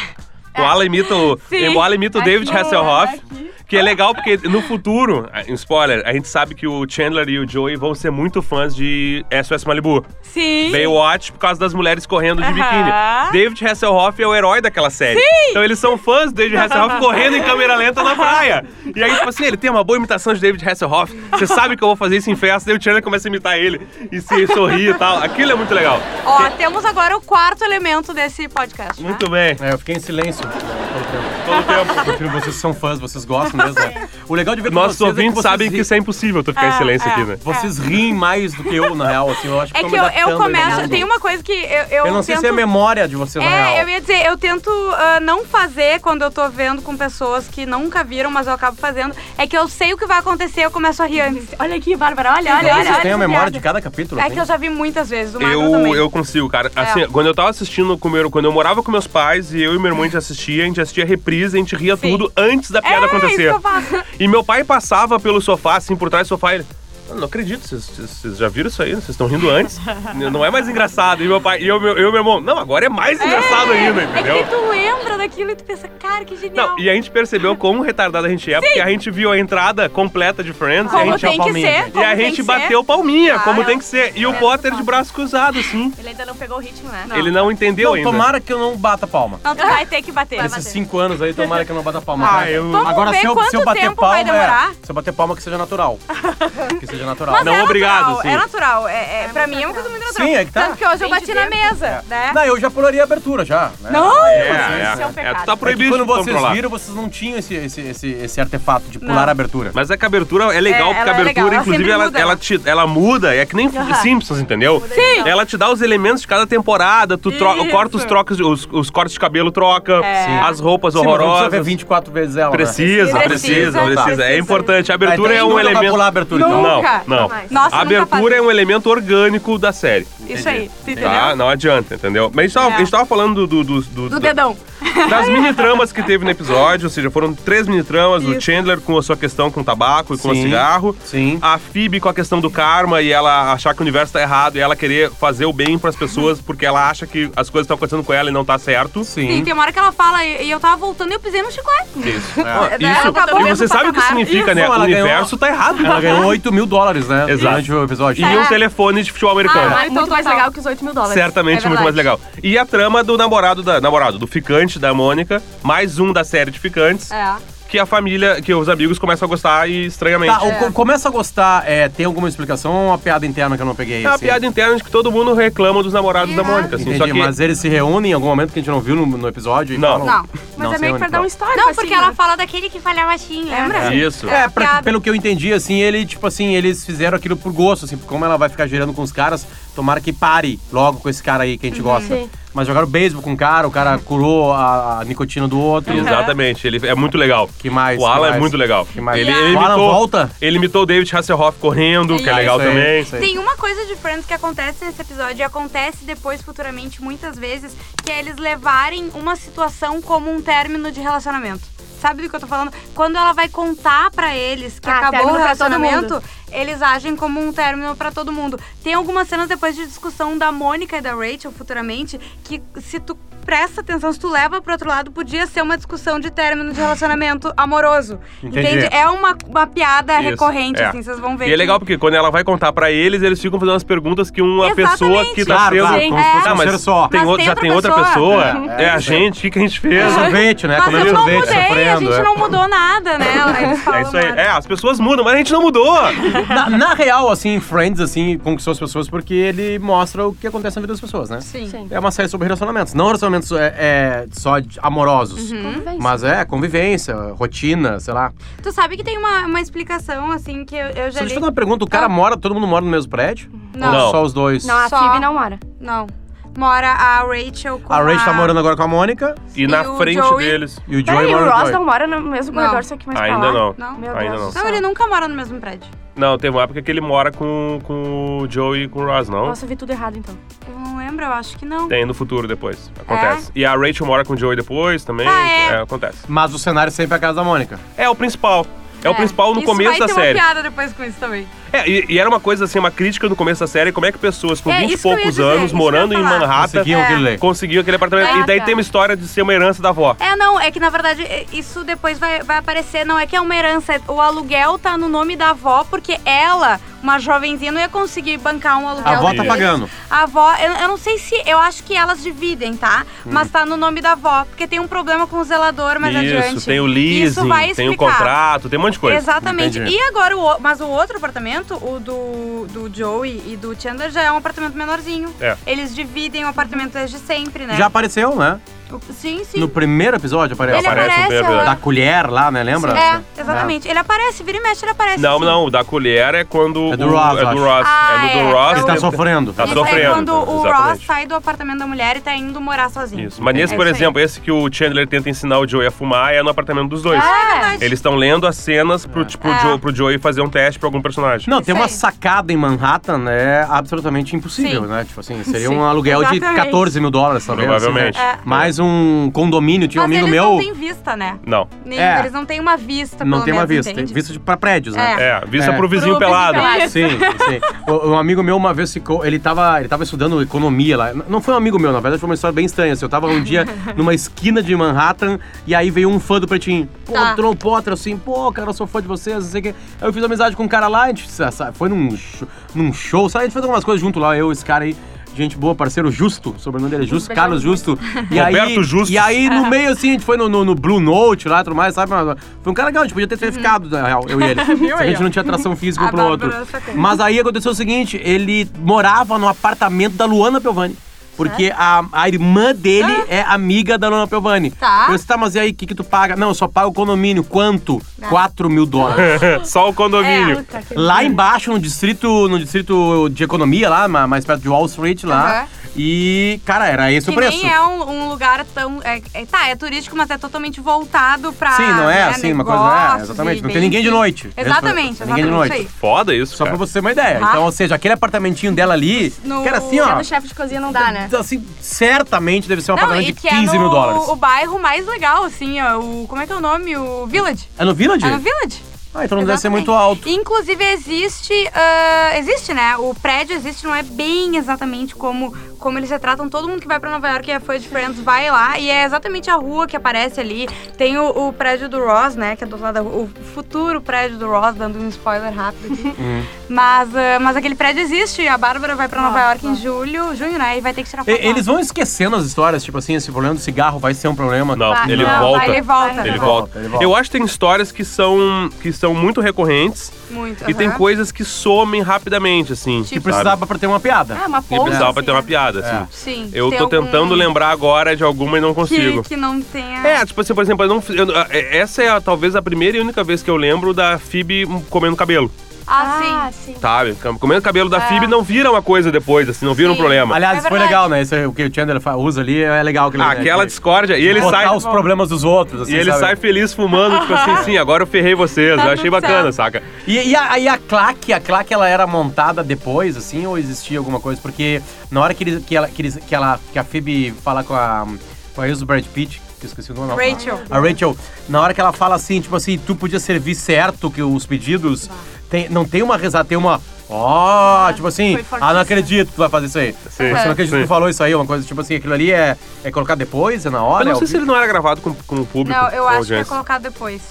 [SPEAKER 2] O Alan imita o,
[SPEAKER 1] Sim.
[SPEAKER 2] o Alan imita o David
[SPEAKER 3] Aqui,
[SPEAKER 2] Hasselhoff,
[SPEAKER 3] aqui.
[SPEAKER 2] que é legal porque no futuro, ah, em spoiler, a gente sabe que o Chandler e o Joey vão ser muito fãs de SOS Malibu.
[SPEAKER 1] Sim.
[SPEAKER 2] Baywatch por causa das mulheres correndo de
[SPEAKER 1] Aham.
[SPEAKER 2] biquíni. David Hasselhoff é o herói daquela série. Então eles são fãs do David Hasselhoff correndo em câmera lenta na praia. E aí, tipo assim, ele tem uma boa imitação de David Hasselhoff. Você sabe que eu vou fazer isso em festa. Daí o Chandler começa a imitar ele e se sorrir e tal. Aquilo é muito legal.
[SPEAKER 1] Ó, temos agora o quarto elemento desse podcast. né?
[SPEAKER 2] Muito bem.
[SPEAKER 4] É, eu fiquei em silêncio todo tempo.
[SPEAKER 2] Todo tempo.
[SPEAKER 4] Porque vocês são fãs, vocês gostam mesmo. né? O legal de ver com
[SPEAKER 2] Nossos
[SPEAKER 4] vocês
[SPEAKER 2] ouvintes
[SPEAKER 4] é que vocês
[SPEAKER 2] sabem que
[SPEAKER 4] ri-
[SPEAKER 2] isso é impossível, tu ficar em
[SPEAKER 1] Ah,
[SPEAKER 2] silêncio
[SPEAKER 1] é.
[SPEAKER 2] aqui, né?
[SPEAKER 4] Vocês riem mais do que eu, na real, assim, eu acho que
[SPEAKER 1] É
[SPEAKER 4] tô
[SPEAKER 1] que
[SPEAKER 4] me
[SPEAKER 1] eu,
[SPEAKER 4] adaptando
[SPEAKER 1] eu
[SPEAKER 4] ainda
[SPEAKER 1] começo.
[SPEAKER 4] mais.
[SPEAKER 1] Tem uma coisa que eu. Eu,
[SPEAKER 4] Eu não sei
[SPEAKER 1] tento...
[SPEAKER 4] se é a memória de vocês, na real.
[SPEAKER 1] É, eu ia dizer, eu tento ah, não fazer quando eu tô vendo com pessoas que nunca viram, mas eu acabo fazendo. É que eu sei o que vai acontecer, eu começo a rir antes.
[SPEAKER 3] Olha aqui, Bárbara, olha, olha,
[SPEAKER 4] Então,
[SPEAKER 3] olha.
[SPEAKER 4] vocês
[SPEAKER 3] olha
[SPEAKER 4] têm a
[SPEAKER 3] essa
[SPEAKER 4] memória
[SPEAKER 3] piada.
[SPEAKER 4] de cada capítulo?
[SPEAKER 1] É
[SPEAKER 4] assim?
[SPEAKER 1] que eu já vi muitas vezes, o Magro
[SPEAKER 2] Eu,
[SPEAKER 1] também.
[SPEAKER 2] eu consigo, cara. Assim,
[SPEAKER 1] É.
[SPEAKER 2] quando eu tava assistindo com meu, quando eu morava com meus pais e eu e meu irmão a gente assistia, a gente assistia reprise, a gente ria
[SPEAKER 1] Hum. Sim.
[SPEAKER 2] tudo antes da
[SPEAKER 1] é,
[SPEAKER 2] piada acontecer.
[SPEAKER 1] isso que eu faço.
[SPEAKER 2] E meu pai passava pelo sofá, assim, por trás do sofá, ele. Eu não acredito, vocês- vocês vocês já viram isso aí? Vocês estão rindo antes.
[SPEAKER 1] [laughs]
[SPEAKER 2] não é mais engraçado. E meu pai, e eu, meu, eu e meu irmão, não, agora é mais engraçado ainda,
[SPEAKER 1] É que
[SPEAKER 2] entendeu?
[SPEAKER 1] daí tu lembra daquilo e tu pensa, cara, que genial.
[SPEAKER 2] Não, e a gente percebeu quão retardado a gente é, porque a gente viu a entrada completa de Friends e a
[SPEAKER 1] Como
[SPEAKER 2] gente
[SPEAKER 1] tem que
[SPEAKER 4] palminha,
[SPEAKER 1] ser,
[SPEAKER 4] gente.
[SPEAKER 2] E
[SPEAKER 1] como
[SPEAKER 2] a
[SPEAKER 1] tem
[SPEAKER 2] gente
[SPEAKER 1] que
[SPEAKER 2] bateu palminha,
[SPEAKER 1] Claro. É,
[SPEAKER 2] como tem que ser. E o Potter de braço cruzado, assim.
[SPEAKER 3] Ele ainda não pegou o ritmo, né?
[SPEAKER 1] Não.
[SPEAKER 2] Ele não entendeu
[SPEAKER 4] Não,
[SPEAKER 2] ainda.
[SPEAKER 4] tomara que eu não bata palma.
[SPEAKER 1] ser. Não, tu vai ter que bater.
[SPEAKER 4] Esses cinco anos aí, tomara que eu não bata palma.
[SPEAKER 2] Ah,
[SPEAKER 4] cara.
[SPEAKER 2] eu-
[SPEAKER 1] Vamos
[SPEAKER 4] Agora,
[SPEAKER 1] ver
[SPEAKER 4] se eu, se eu
[SPEAKER 1] quanto
[SPEAKER 4] bater
[SPEAKER 1] tempo
[SPEAKER 4] palma,
[SPEAKER 1] vai demorar.
[SPEAKER 4] É, se eu bater palma, que seja
[SPEAKER 1] [laughs]
[SPEAKER 4] natural. que seja natural.
[SPEAKER 1] Mas
[SPEAKER 2] Não,
[SPEAKER 1] é natural,
[SPEAKER 2] obrigado, sim.
[SPEAKER 1] É natural. É, é, pra mim é uma
[SPEAKER 3] natural.
[SPEAKER 1] coisa muito natural.
[SPEAKER 4] Sim, é que tá.
[SPEAKER 1] Tanto que hoje eu
[SPEAKER 3] Vem de
[SPEAKER 1] bati na
[SPEAKER 3] dentro.
[SPEAKER 1] mesa, né?
[SPEAKER 4] Não, eu já pularia a abertura já. né?
[SPEAKER 1] Não!
[SPEAKER 2] É, é,
[SPEAKER 3] Isso é um
[SPEAKER 2] é, tu
[SPEAKER 3] pecado.
[SPEAKER 2] tá
[SPEAKER 3] É
[SPEAKER 4] É que
[SPEAKER 2] proibido
[SPEAKER 4] quando
[SPEAKER 2] de
[SPEAKER 4] vocês
[SPEAKER 2] controlar.
[SPEAKER 4] viram, vocês não tinham esse, esse, esse, esse artefato de pular
[SPEAKER 1] Não.
[SPEAKER 4] a abertura.
[SPEAKER 2] Mas é que a abertura é legal,
[SPEAKER 1] É,
[SPEAKER 2] porque a
[SPEAKER 1] ela é
[SPEAKER 2] abertura,
[SPEAKER 1] legal, ela
[SPEAKER 2] inclusive,
[SPEAKER 1] sempre
[SPEAKER 2] ela,
[SPEAKER 1] muda.
[SPEAKER 2] ela, te- ela muda, é que nem
[SPEAKER 1] Aham.
[SPEAKER 2] Simpsons, entendeu?
[SPEAKER 1] Sim.
[SPEAKER 2] Ela te dá os elementos de cada temporada, tu tro
[SPEAKER 1] Isso.
[SPEAKER 2] corta os, trocos, de- os, os cortes de cabelo, troca,
[SPEAKER 1] É. Sim.
[SPEAKER 2] as roupas
[SPEAKER 4] Sim, mas não precisa ver
[SPEAKER 2] horrorosas.
[SPEAKER 4] 24 vezes ela, né? tá.
[SPEAKER 2] Precisa,
[SPEAKER 1] Precisa,
[SPEAKER 2] precisa,
[SPEAKER 1] precisa.
[SPEAKER 2] precisa. É importante. A abertura
[SPEAKER 4] Ah, então
[SPEAKER 2] é um
[SPEAKER 4] nunca vai
[SPEAKER 2] elemento.
[SPEAKER 4] pular a abertura, então.
[SPEAKER 2] Não,
[SPEAKER 1] Nunca.
[SPEAKER 2] não.
[SPEAKER 3] Jamais.
[SPEAKER 1] Nossa,
[SPEAKER 2] a
[SPEAKER 1] nunca
[SPEAKER 2] abertura
[SPEAKER 1] faz.
[SPEAKER 2] é um elemento orgânico da série.
[SPEAKER 1] Isso aí, tu entendeu?
[SPEAKER 2] Tá, não adianta, entendeu? Mas a gente tava,
[SPEAKER 1] É.
[SPEAKER 2] a gente tava falando do, do, do-
[SPEAKER 1] Do dedão.
[SPEAKER 2] das mini tramas que teve no episódio, ou seja, foram três mini tramas, o
[SPEAKER 1] Isso.
[SPEAKER 2] Chandler com a sua questão com o tabaco e com o
[SPEAKER 4] Sim,
[SPEAKER 2] cigarro.
[SPEAKER 4] sim.
[SPEAKER 2] A Phoebe com a questão do karma e ela achar que o universo tá errado e ela querer fazer o bem pras pessoas
[SPEAKER 1] Uhum.
[SPEAKER 2] porque ela acha que as coisas estão acontecendo com ela e não tá certo.
[SPEAKER 1] Sim, tem uma hora que ela fala e e eu tava voltando e eu pisei no chiclete.
[SPEAKER 2] Isso.
[SPEAKER 1] É. [laughs] Ela
[SPEAKER 2] Isso.
[SPEAKER 1] acabou
[SPEAKER 2] E
[SPEAKER 1] mesmo
[SPEAKER 2] você sabe o que
[SPEAKER 1] patamar.
[SPEAKER 2] significa,
[SPEAKER 4] Isso,
[SPEAKER 2] né? O
[SPEAKER 4] ela ganhou-
[SPEAKER 2] universo tá errado.
[SPEAKER 4] Ela ganhou 8 mil dólares, né?
[SPEAKER 2] Exato.
[SPEAKER 4] Durante o episódio.
[SPEAKER 2] E
[SPEAKER 3] Tá.
[SPEAKER 2] um telefone de futebol americano.
[SPEAKER 1] É. Ah,
[SPEAKER 3] É muito mais
[SPEAKER 1] Total.
[SPEAKER 3] legal que os 8 mil dólares.
[SPEAKER 2] Certamente
[SPEAKER 3] É
[SPEAKER 2] muito mais
[SPEAKER 3] verdade.
[SPEAKER 2] legal. E a trama do namorado da namorado, do ficante da Mônica, mais um da série de ficantes,
[SPEAKER 1] É.
[SPEAKER 2] que a família, que os amigos começam a gostar e estranhamente.
[SPEAKER 4] Tá, o co- começa a gostar, é, tem alguma explicação ou uma piada interna que eu não peguei?
[SPEAKER 2] é uma
[SPEAKER 4] assim?
[SPEAKER 2] piada interna de que todo mundo reclama dos namorados da Mônica, assim,
[SPEAKER 4] Entendi,
[SPEAKER 2] só que
[SPEAKER 4] mas eles se reúnem em algum momento que a gente não viu no, no episódio e
[SPEAKER 2] Não.
[SPEAKER 4] falam...
[SPEAKER 1] Não.
[SPEAKER 3] Mas é
[SPEAKER 4] se
[SPEAKER 3] meio que pra
[SPEAKER 4] reúnem, tá.
[SPEAKER 3] dar um
[SPEAKER 4] não.
[SPEAKER 3] histórico.
[SPEAKER 1] Não,
[SPEAKER 3] assim,
[SPEAKER 1] porque
[SPEAKER 3] né?
[SPEAKER 1] ela fala daquele que falha baixinho, lembra?
[SPEAKER 2] Isso.
[SPEAKER 4] É, pra-
[SPEAKER 1] piada.
[SPEAKER 4] pelo que eu entendi, assim, ele, tipo assim, eles fizeram aquilo por gosto, assim, porque como ela vai ficar gerando com os caras, tomara que pare logo com esse cara aí que a gente gosta.
[SPEAKER 3] Uhum. Sim.
[SPEAKER 4] Mas jogaram beisebol com o cara, o cara curou a, a nicotina do outro.
[SPEAKER 2] Exatamente, ele é muito legal.
[SPEAKER 4] Que mais?
[SPEAKER 2] O Alan
[SPEAKER 4] Que
[SPEAKER 2] é
[SPEAKER 4] mais?
[SPEAKER 2] muito legal.
[SPEAKER 4] Que mais?
[SPEAKER 2] Ele,
[SPEAKER 4] O
[SPEAKER 2] ele
[SPEAKER 4] Alan
[SPEAKER 2] imitou,
[SPEAKER 4] volta?
[SPEAKER 2] Ele imitou o David Hasselhoff correndo, que é
[SPEAKER 1] Isso
[SPEAKER 2] legal
[SPEAKER 4] aí,
[SPEAKER 2] também.
[SPEAKER 4] isso aí.
[SPEAKER 1] Tem uma coisa de Friends que acontece nesse episódio e acontece depois futuramente muitas vezes, que é eles levarem uma situação como um término de relacionamento. Sabe do que eu tô falando? Quando ela vai contar pra eles que
[SPEAKER 3] Ah,
[SPEAKER 1] acabou o
[SPEAKER 3] término pra todo
[SPEAKER 1] relacionamento, eles agem como um término pra todo mundo. Tem algumas cenas depois de discussão da Mônica e da Rachel futuramente que se tu presta atenção, se tu leva pro outro lado, podia ser uma discussão de término de relacionamento amoroso.
[SPEAKER 4] Entendi.
[SPEAKER 1] Entende? É uma, uma piada
[SPEAKER 2] Isso,
[SPEAKER 1] recorrente,
[SPEAKER 2] é.
[SPEAKER 1] assim, vocês vão ver.
[SPEAKER 2] E é
[SPEAKER 1] que-
[SPEAKER 2] legal porque quando ela vai contar pra eles, eles ficam fazendo as perguntas que uma
[SPEAKER 1] Exatamente.
[SPEAKER 2] pessoa que tá
[SPEAKER 4] Claro,
[SPEAKER 2] sendo.
[SPEAKER 4] claro,
[SPEAKER 1] Sim,
[SPEAKER 4] como se
[SPEAKER 1] é.
[SPEAKER 4] fosse
[SPEAKER 2] Tá,
[SPEAKER 4] um
[SPEAKER 2] mas
[SPEAKER 4] ser só.
[SPEAKER 2] tem
[SPEAKER 1] Mas
[SPEAKER 2] outro-
[SPEAKER 1] tem
[SPEAKER 2] já
[SPEAKER 1] outra
[SPEAKER 2] tem outra
[SPEAKER 1] pessoa.
[SPEAKER 2] pessoa.
[SPEAKER 1] [laughs]
[SPEAKER 2] É, a gente, o que, que a gente fez?
[SPEAKER 4] Sorvete, né?
[SPEAKER 1] Mas
[SPEAKER 4] Comendo
[SPEAKER 1] eu não
[SPEAKER 4] sorvete,
[SPEAKER 1] mudei, a gente
[SPEAKER 4] sofrendo, é.
[SPEAKER 1] não mudou nada, né?
[SPEAKER 4] [laughs]
[SPEAKER 1] Eles falam
[SPEAKER 2] É isso aí.
[SPEAKER 1] nada.
[SPEAKER 2] É, as pessoas mudam, mas a gente não mudou.
[SPEAKER 4] Na, na real, assim, Friends, assim, conquistou as pessoas porque ele mostra o que acontece na vida das pessoas, né?
[SPEAKER 1] Sim.
[SPEAKER 3] Sim.
[SPEAKER 4] É uma série sobre relacionamentos, não relacionamentos é, é, só de- amorosos.
[SPEAKER 1] Uhum.
[SPEAKER 3] Convivência.
[SPEAKER 4] Mas é convivência, rotina, sei lá.
[SPEAKER 1] Tu sabe que tem uma, uma explicação, assim, que eu, eu já
[SPEAKER 4] Só deixa
[SPEAKER 1] li...
[SPEAKER 4] eu fazer uma pergunta, o cara
[SPEAKER 1] Ah.
[SPEAKER 4] mora, todo mundo mora no mesmo prédio?
[SPEAKER 1] Não. é
[SPEAKER 4] Ou
[SPEAKER 2] Não.
[SPEAKER 4] só os dois?
[SPEAKER 3] Não, a
[SPEAKER 1] Só-
[SPEAKER 3] Phoebe não mora.
[SPEAKER 1] Não. Mora a Rachel com
[SPEAKER 4] A Rachel tá morando agora com a Mônica
[SPEAKER 2] E na
[SPEAKER 1] E o
[SPEAKER 2] frente
[SPEAKER 1] Joey?
[SPEAKER 2] deles.
[SPEAKER 4] e o Joey
[SPEAKER 3] Peraí, o
[SPEAKER 4] mora com
[SPEAKER 3] Ross
[SPEAKER 4] o
[SPEAKER 3] não
[SPEAKER 4] Joey.
[SPEAKER 3] mora no mesmo
[SPEAKER 1] Não.
[SPEAKER 3] corredor, só que mais pra
[SPEAKER 2] Ainda
[SPEAKER 3] lá.
[SPEAKER 2] não.
[SPEAKER 1] Não?
[SPEAKER 3] Meu
[SPEAKER 2] Ainda
[SPEAKER 3] Deus.
[SPEAKER 2] não.
[SPEAKER 1] Não, ele nunca mora no mesmo prédio.
[SPEAKER 2] Não, teve uma época que ele mora com, com o Joey e com o Ross, não?
[SPEAKER 3] Nossa, eu vi tudo errado então.
[SPEAKER 1] Eu não lembro, eu acho que não.
[SPEAKER 4] É,
[SPEAKER 2] Tem no futuro depois. Acontece. E a Rachel mora com o Joey depois também.
[SPEAKER 1] É? Ah, é?
[SPEAKER 2] acontece.
[SPEAKER 4] Mas o cenário sempre é a casa da Mônica.
[SPEAKER 2] É o principal. É, o principal no
[SPEAKER 1] Isso
[SPEAKER 2] começo da
[SPEAKER 1] vai ter
[SPEAKER 2] série.
[SPEAKER 1] uma piada depois com isso também.
[SPEAKER 2] É, e, e era uma coisa assim, uma crítica no começo da série, como é que pessoas com
[SPEAKER 1] É,
[SPEAKER 2] 20 e
[SPEAKER 1] isso que eu ia
[SPEAKER 2] poucos
[SPEAKER 1] dizer,
[SPEAKER 2] anos
[SPEAKER 1] isso que eu ia
[SPEAKER 2] morando em
[SPEAKER 1] falar.
[SPEAKER 2] Manhattan
[SPEAKER 4] Conseguiam
[SPEAKER 1] É.
[SPEAKER 4] aquele ler.
[SPEAKER 2] conseguiu aquele apartamento.
[SPEAKER 3] Ah,
[SPEAKER 2] e daí
[SPEAKER 3] tá.
[SPEAKER 2] tem uma história de ser uma herança da avó.
[SPEAKER 1] É, não, é que na verdade é, isso depois vai, vai aparecer. Não é que é uma herança. O aluguel tá no nome da avó, porque ela, uma jovenzinha, não ia conseguir bancar um aluguel.
[SPEAKER 4] A avó tá
[SPEAKER 1] daquele.
[SPEAKER 4] pagando.
[SPEAKER 1] A avó, eu, eu não sei se. Eu acho que elas dividem, tá?
[SPEAKER 2] Uhum.
[SPEAKER 1] Mas tá no nome da avó. Porque tem um problema com o zelador mais
[SPEAKER 2] Isso,
[SPEAKER 1] adiante.
[SPEAKER 2] tem o
[SPEAKER 1] Isso
[SPEAKER 2] leasing,
[SPEAKER 1] vai
[SPEAKER 2] tem o
[SPEAKER 1] explicar.
[SPEAKER 2] contrato, tem um monte de coisa.
[SPEAKER 1] Exatamente.
[SPEAKER 4] Entendi.
[SPEAKER 1] E agora, o, o- mas o outro apartamento, o do, do Joey e do Chandler, já é um apartamento menorzinho.
[SPEAKER 2] É.
[SPEAKER 1] Eles dividem o apartamento desde sempre, né?
[SPEAKER 4] Já apareceu, né?
[SPEAKER 1] O- Sim, sim.
[SPEAKER 4] No primeiro episódio apareceu.
[SPEAKER 1] Ele
[SPEAKER 2] aparece,
[SPEAKER 1] aparece,
[SPEAKER 2] não tem a
[SPEAKER 1] ela-
[SPEAKER 2] verdade.
[SPEAKER 4] Da colher lá, né? Lembra?
[SPEAKER 1] É, exatamente. Ele aparece, vira e mexe, ele aparece.
[SPEAKER 2] Não,
[SPEAKER 1] sim.
[SPEAKER 2] não, o da colher é quando.
[SPEAKER 4] É do
[SPEAKER 2] o-
[SPEAKER 4] Ross,
[SPEAKER 2] É
[SPEAKER 4] acho.
[SPEAKER 2] do Ross.
[SPEAKER 1] Ah,
[SPEAKER 2] é do, do
[SPEAKER 1] é.
[SPEAKER 2] Ross.
[SPEAKER 1] Então-
[SPEAKER 4] Ele tá sofrendo.
[SPEAKER 2] Tá
[SPEAKER 1] Isso
[SPEAKER 2] sofrendo,
[SPEAKER 1] é quando o
[SPEAKER 2] exatamente.
[SPEAKER 1] Ross sai do apartamento da mulher e tá indo morar sozinho.
[SPEAKER 2] Isso. Mas nesse,
[SPEAKER 1] É
[SPEAKER 2] por
[SPEAKER 1] isso aí.
[SPEAKER 2] exemplo, esse que o Chandler tenta ensinar o Joey a fumar é no apartamento dos dois.
[SPEAKER 1] Ah, é verdade.
[SPEAKER 2] Eles estão lendo as cenas pro, tipo,
[SPEAKER 1] É.
[SPEAKER 2] Joe, pro Joey fazer um teste pra algum personagem.
[SPEAKER 4] Ah. Não, tem
[SPEAKER 1] Isso
[SPEAKER 4] uma
[SPEAKER 1] aí.
[SPEAKER 4] sacada em Manhattan, né? Absolutamente impossível,
[SPEAKER 1] Sim.
[SPEAKER 4] né? Tipo assim, seria
[SPEAKER 3] Sim.
[SPEAKER 4] um aluguel de
[SPEAKER 1] Exatamente.
[SPEAKER 4] 14 mil dólares, talvez. assim,
[SPEAKER 2] Provavelmente.
[SPEAKER 4] né?
[SPEAKER 1] É.
[SPEAKER 4] Mais um condomínio, tinha um
[SPEAKER 1] Mas
[SPEAKER 4] amigo
[SPEAKER 1] eles
[SPEAKER 4] meu.
[SPEAKER 1] não têm vista, né?
[SPEAKER 2] Não.
[SPEAKER 1] Nem-
[SPEAKER 4] É.
[SPEAKER 1] Eles não têm uma vista
[SPEAKER 4] não
[SPEAKER 1] pelo
[SPEAKER 4] tem uma
[SPEAKER 1] menos,
[SPEAKER 4] vista.
[SPEAKER 1] entende?
[SPEAKER 4] Tem vista de, pra prédios, né?
[SPEAKER 1] É.
[SPEAKER 2] É, vista
[SPEAKER 4] É.
[SPEAKER 2] pro vizinho
[SPEAKER 3] Pro vizinho
[SPEAKER 2] pelado.
[SPEAKER 3] pelado.
[SPEAKER 4] Sim, sim. O- Um amigo meu uma vez ficou. Ele tava, ele tava estudando economia lá. N- Não foi um amigo meu, na verdade foi uma história bem estranha. Assim, eu tava um dia numa esquina de Manhattan e aí veio um fã do Pretinho. Pô,
[SPEAKER 1] Tá.
[SPEAKER 4] entrou o Potter assim, pô, cara, eu sou fã de vocês, não sei o quê. Aí eu fiz amizade com um cara lá, a gente sa- sa- foi num, sho- num show, sabe? A gente fez algumas coisas junto lá, eu, esse cara aí. Gente boa, parceiro Justo, o sobrenome dele é Justo, Carlos Justo. E
[SPEAKER 2] Roberto
[SPEAKER 4] aí,
[SPEAKER 2] Justus.
[SPEAKER 4] E aí, no meio, assim, a gente foi no, no- no Blue Note lá e tudo mais, sabe? Mas Foi um cara legal, a gente podia ter ficado, na real, eu e ele. Se a
[SPEAKER 3] aí,
[SPEAKER 4] gente
[SPEAKER 3] ó?
[SPEAKER 4] não tinha atração física um
[SPEAKER 1] A
[SPEAKER 4] pro outro.
[SPEAKER 1] Bárbara sacou.
[SPEAKER 4] Mas aí aconteceu o seguinte: ele morava no apartamento da Luana Piovani. Porque a, a irmã dele é amiga da Luana Piovani.
[SPEAKER 1] Ah. Tá.
[SPEAKER 4] Eu disse, tá, mas e aí, o que, que tu paga? Não, eu só pago o condomínio. Quanto?
[SPEAKER 1] Tá.
[SPEAKER 4] 4 mil dólares.
[SPEAKER 2] [laughs] Só o
[SPEAKER 1] É,
[SPEAKER 2] condomínio.
[SPEAKER 4] lá embaixo, no distrito, no distrito de economia, lá, ma- mais perto de Wall Street lá.
[SPEAKER 1] Aham.
[SPEAKER 4] E, cara, era esse
[SPEAKER 1] Que
[SPEAKER 4] o preço.
[SPEAKER 1] nem é um, um lugar tão. é- é- tá, é turístico, mas é totalmente voltado pra.
[SPEAKER 4] Sim, não é
[SPEAKER 1] né,
[SPEAKER 4] assim, uma coisa, né?
[SPEAKER 1] negócios
[SPEAKER 4] Exatamente,
[SPEAKER 1] e
[SPEAKER 4] não tem
[SPEAKER 1] bem-
[SPEAKER 4] ninguém de noite. Esse foi-
[SPEAKER 1] Exatamente,
[SPEAKER 4] ninguém de
[SPEAKER 1] exatamente,
[SPEAKER 4] noite.
[SPEAKER 1] isso
[SPEAKER 2] Foda isso,
[SPEAKER 4] Só
[SPEAKER 2] cara.
[SPEAKER 4] pra você ter uma ideia.
[SPEAKER 1] Ah.
[SPEAKER 4] Então, ou seja, aquele apartamentinho dela ali,
[SPEAKER 1] No-
[SPEAKER 4] que era assim, ó.
[SPEAKER 3] Sendo chefe de cozinha não dá, né?
[SPEAKER 4] Assim, certamente deve ser um
[SPEAKER 1] aí. Não,
[SPEAKER 4] apartamento
[SPEAKER 1] e
[SPEAKER 4] de
[SPEAKER 1] que é
[SPEAKER 4] 15 mil
[SPEAKER 1] no-
[SPEAKER 4] dólares.
[SPEAKER 1] o bairro mais legal, assim, ó. O, como é que é o nome? O Village.
[SPEAKER 4] É no Village?
[SPEAKER 1] É no Village.
[SPEAKER 4] Ah, então não deve ser
[SPEAKER 1] Exatamente.
[SPEAKER 4] muito alto.
[SPEAKER 1] Inclusive, existe. ah, existe, né? O prédio existe, não é bem exatamente como, como eles retratam. Todo mundo que vai pra Nova York e é fã de Friends vai lá. E é exatamente a rua que aparece ali. Tem o, o prédio do Ross, né? Que é do outro lado da rua. O futuro prédio do Ross, dando um spoiler rápido aqui.
[SPEAKER 2] [laughs] Uhum.
[SPEAKER 1] mas, ah, mas aquele prédio existe. A Bárbara vai pra Nova
[SPEAKER 3] Nossa.
[SPEAKER 1] York em julho, junho, né? E vai ter que tirar
[SPEAKER 4] E-
[SPEAKER 1] foto. lá.
[SPEAKER 4] eles vão esquecendo as histórias, tipo assim, esse problema do cigarro vai ser um problema.
[SPEAKER 2] Não,
[SPEAKER 1] Vai-
[SPEAKER 2] ele
[SPEAKER 1] Ah, não, vai,
[SPEAKER 2] volta.
[SPEAKER 1] Ele volta.
[SPEAKER 2] Ele
[SPEAKER 4] Ele
[SPEAKER 2] volta.
[SPEAKER 4] volta, ele volta.
[SPEAKER 2] Eu acho que tem histórias que são, que são muito recorrentes
[SPEAKER 1] Muito.
[SPEAKER 2] e tem
[SPEAKER 1] aham. Tipo
[SPEAKER 2] coisas que somem rapidamente, assim.
[SPEAKER 4] Que
[SPEAKER 2] sabe?
[SPEAKER 4] precisava pra ter uma piada.
[SPEAKER 3] Ah, uma
[SPEAKER 2] E
[SPEAKER 3] ponta.
[SPEAKER 2] precisava
[SPEAKER 3] assim,
[SPEAKER 2] ter uma piada,
[SPEAKER 4] É.
[SPEAKER 2] assim.
[SPEAKER 1] Sim.
[SPEAKER 2] Eu
[SPEAKER 1] tem
[SPEAKER 2] tô
[SPEAKER 1] algum
[SPEAKER 2] tentando lembrar agora de alguma e não
[SPEAKER 1] Que,
[SPEAKER 2] consigo.
[SPEAKER 1] que não tenha.
[SPEAKER 2] É, tipo assim, por exemplo, eu não, fiz- eu, é- essa é a- talvez a primeira e única vez que eu lembro da Phoebe comendo cabelo,
[SPEAKER 1] Ah,
[SPEAKER 3] Ah,
[SPEAKER 1] sim.
[SPEAKER 3] sim.
[SPEAKER 2] sabe? Comendo cabelo da Phoebe não viram a coisa depois, assim, não viram o
[SPEAKER 1] Ah. Sim.
[SPEAKER 2] problema. Ah,
[SPEAKER 4] Aliás,
[SPEAKER 1] É
[SPEAKER 4] isso foi
[SPEAKER 1] verdade.
[SPEAKER 4] legal, né? Isso é o que o Chandler fa- usa ali é legal. Que ele-
[SPEAKER 2] Aquela
[SPEAKER 4] que-
[SPEAKER 2] discórdia. E ele
[SPEAKER 4] botar
[SPEAKER 2] sai.
[SPEAKER 4] os problemas dos outros, assim,
[SPEAKER 2] E ele
[SPEAKER 4] sabe?
[SPEAKER 2] sai feliz fumando,
[SPEAKER 1] [laughs]
[SPEAKER 2] tipo assim, sim, agora eu ferrei vocês.
[SPEAKER 1] Tá
[SPEAKER 2] eu achei
[SPEAKER 1] tudo
[SPEAKER 2] bacana,
[SPEAKER 1] certo.
[SPEAKER 2] saca?
[SPEAKER 4] E, e a, e a claque, a claque, ela era montada depois, assim, ou existia alguma coisa? Porque na hora que, ele, que, ela, que, eles- que, ela, que a Phoebe fala com a, com a ex do Brad Pitt, que eu esqueci o nome. ela-
[SPEAKER 1] Rachel.
[SPEAKER 4] A Rachel, na hora que ela fala assim, tipo assim, tu podia servir certo que os pedidos, tem, não tem uma rezada, tem uma... Ó, tipo assim,
[SPEAKER 1] foi fortíssimo.
[SPEAKER 4] ah, não acredito que tu vai fazer isso aí.
[SPEAKER 2] Sim.
[SPEAKER 4] Você não acredita
[SPEAKER 2] Sim.
[SPEAKER 4] que tu falou isso aí, uma coisa tipo assim, aquilo ali é, é colocar depois, é na hora?
[SPEAKER 2] Eu não
[SPEAKER 4] é
[SPEAKER 2] sei
[SPEAKER 4] ao
[SPEAKER 2] se ele não era gravado com, com o público.
[SPEAKER 1] Não, eu
[SPEAKER 2] com
[SPEAKER 1] acho que
[SPEAKER 2] a
[SPEAKER 1] é
[SPEAKER 2] audiência.
[SPEAKER 1] colocado depois.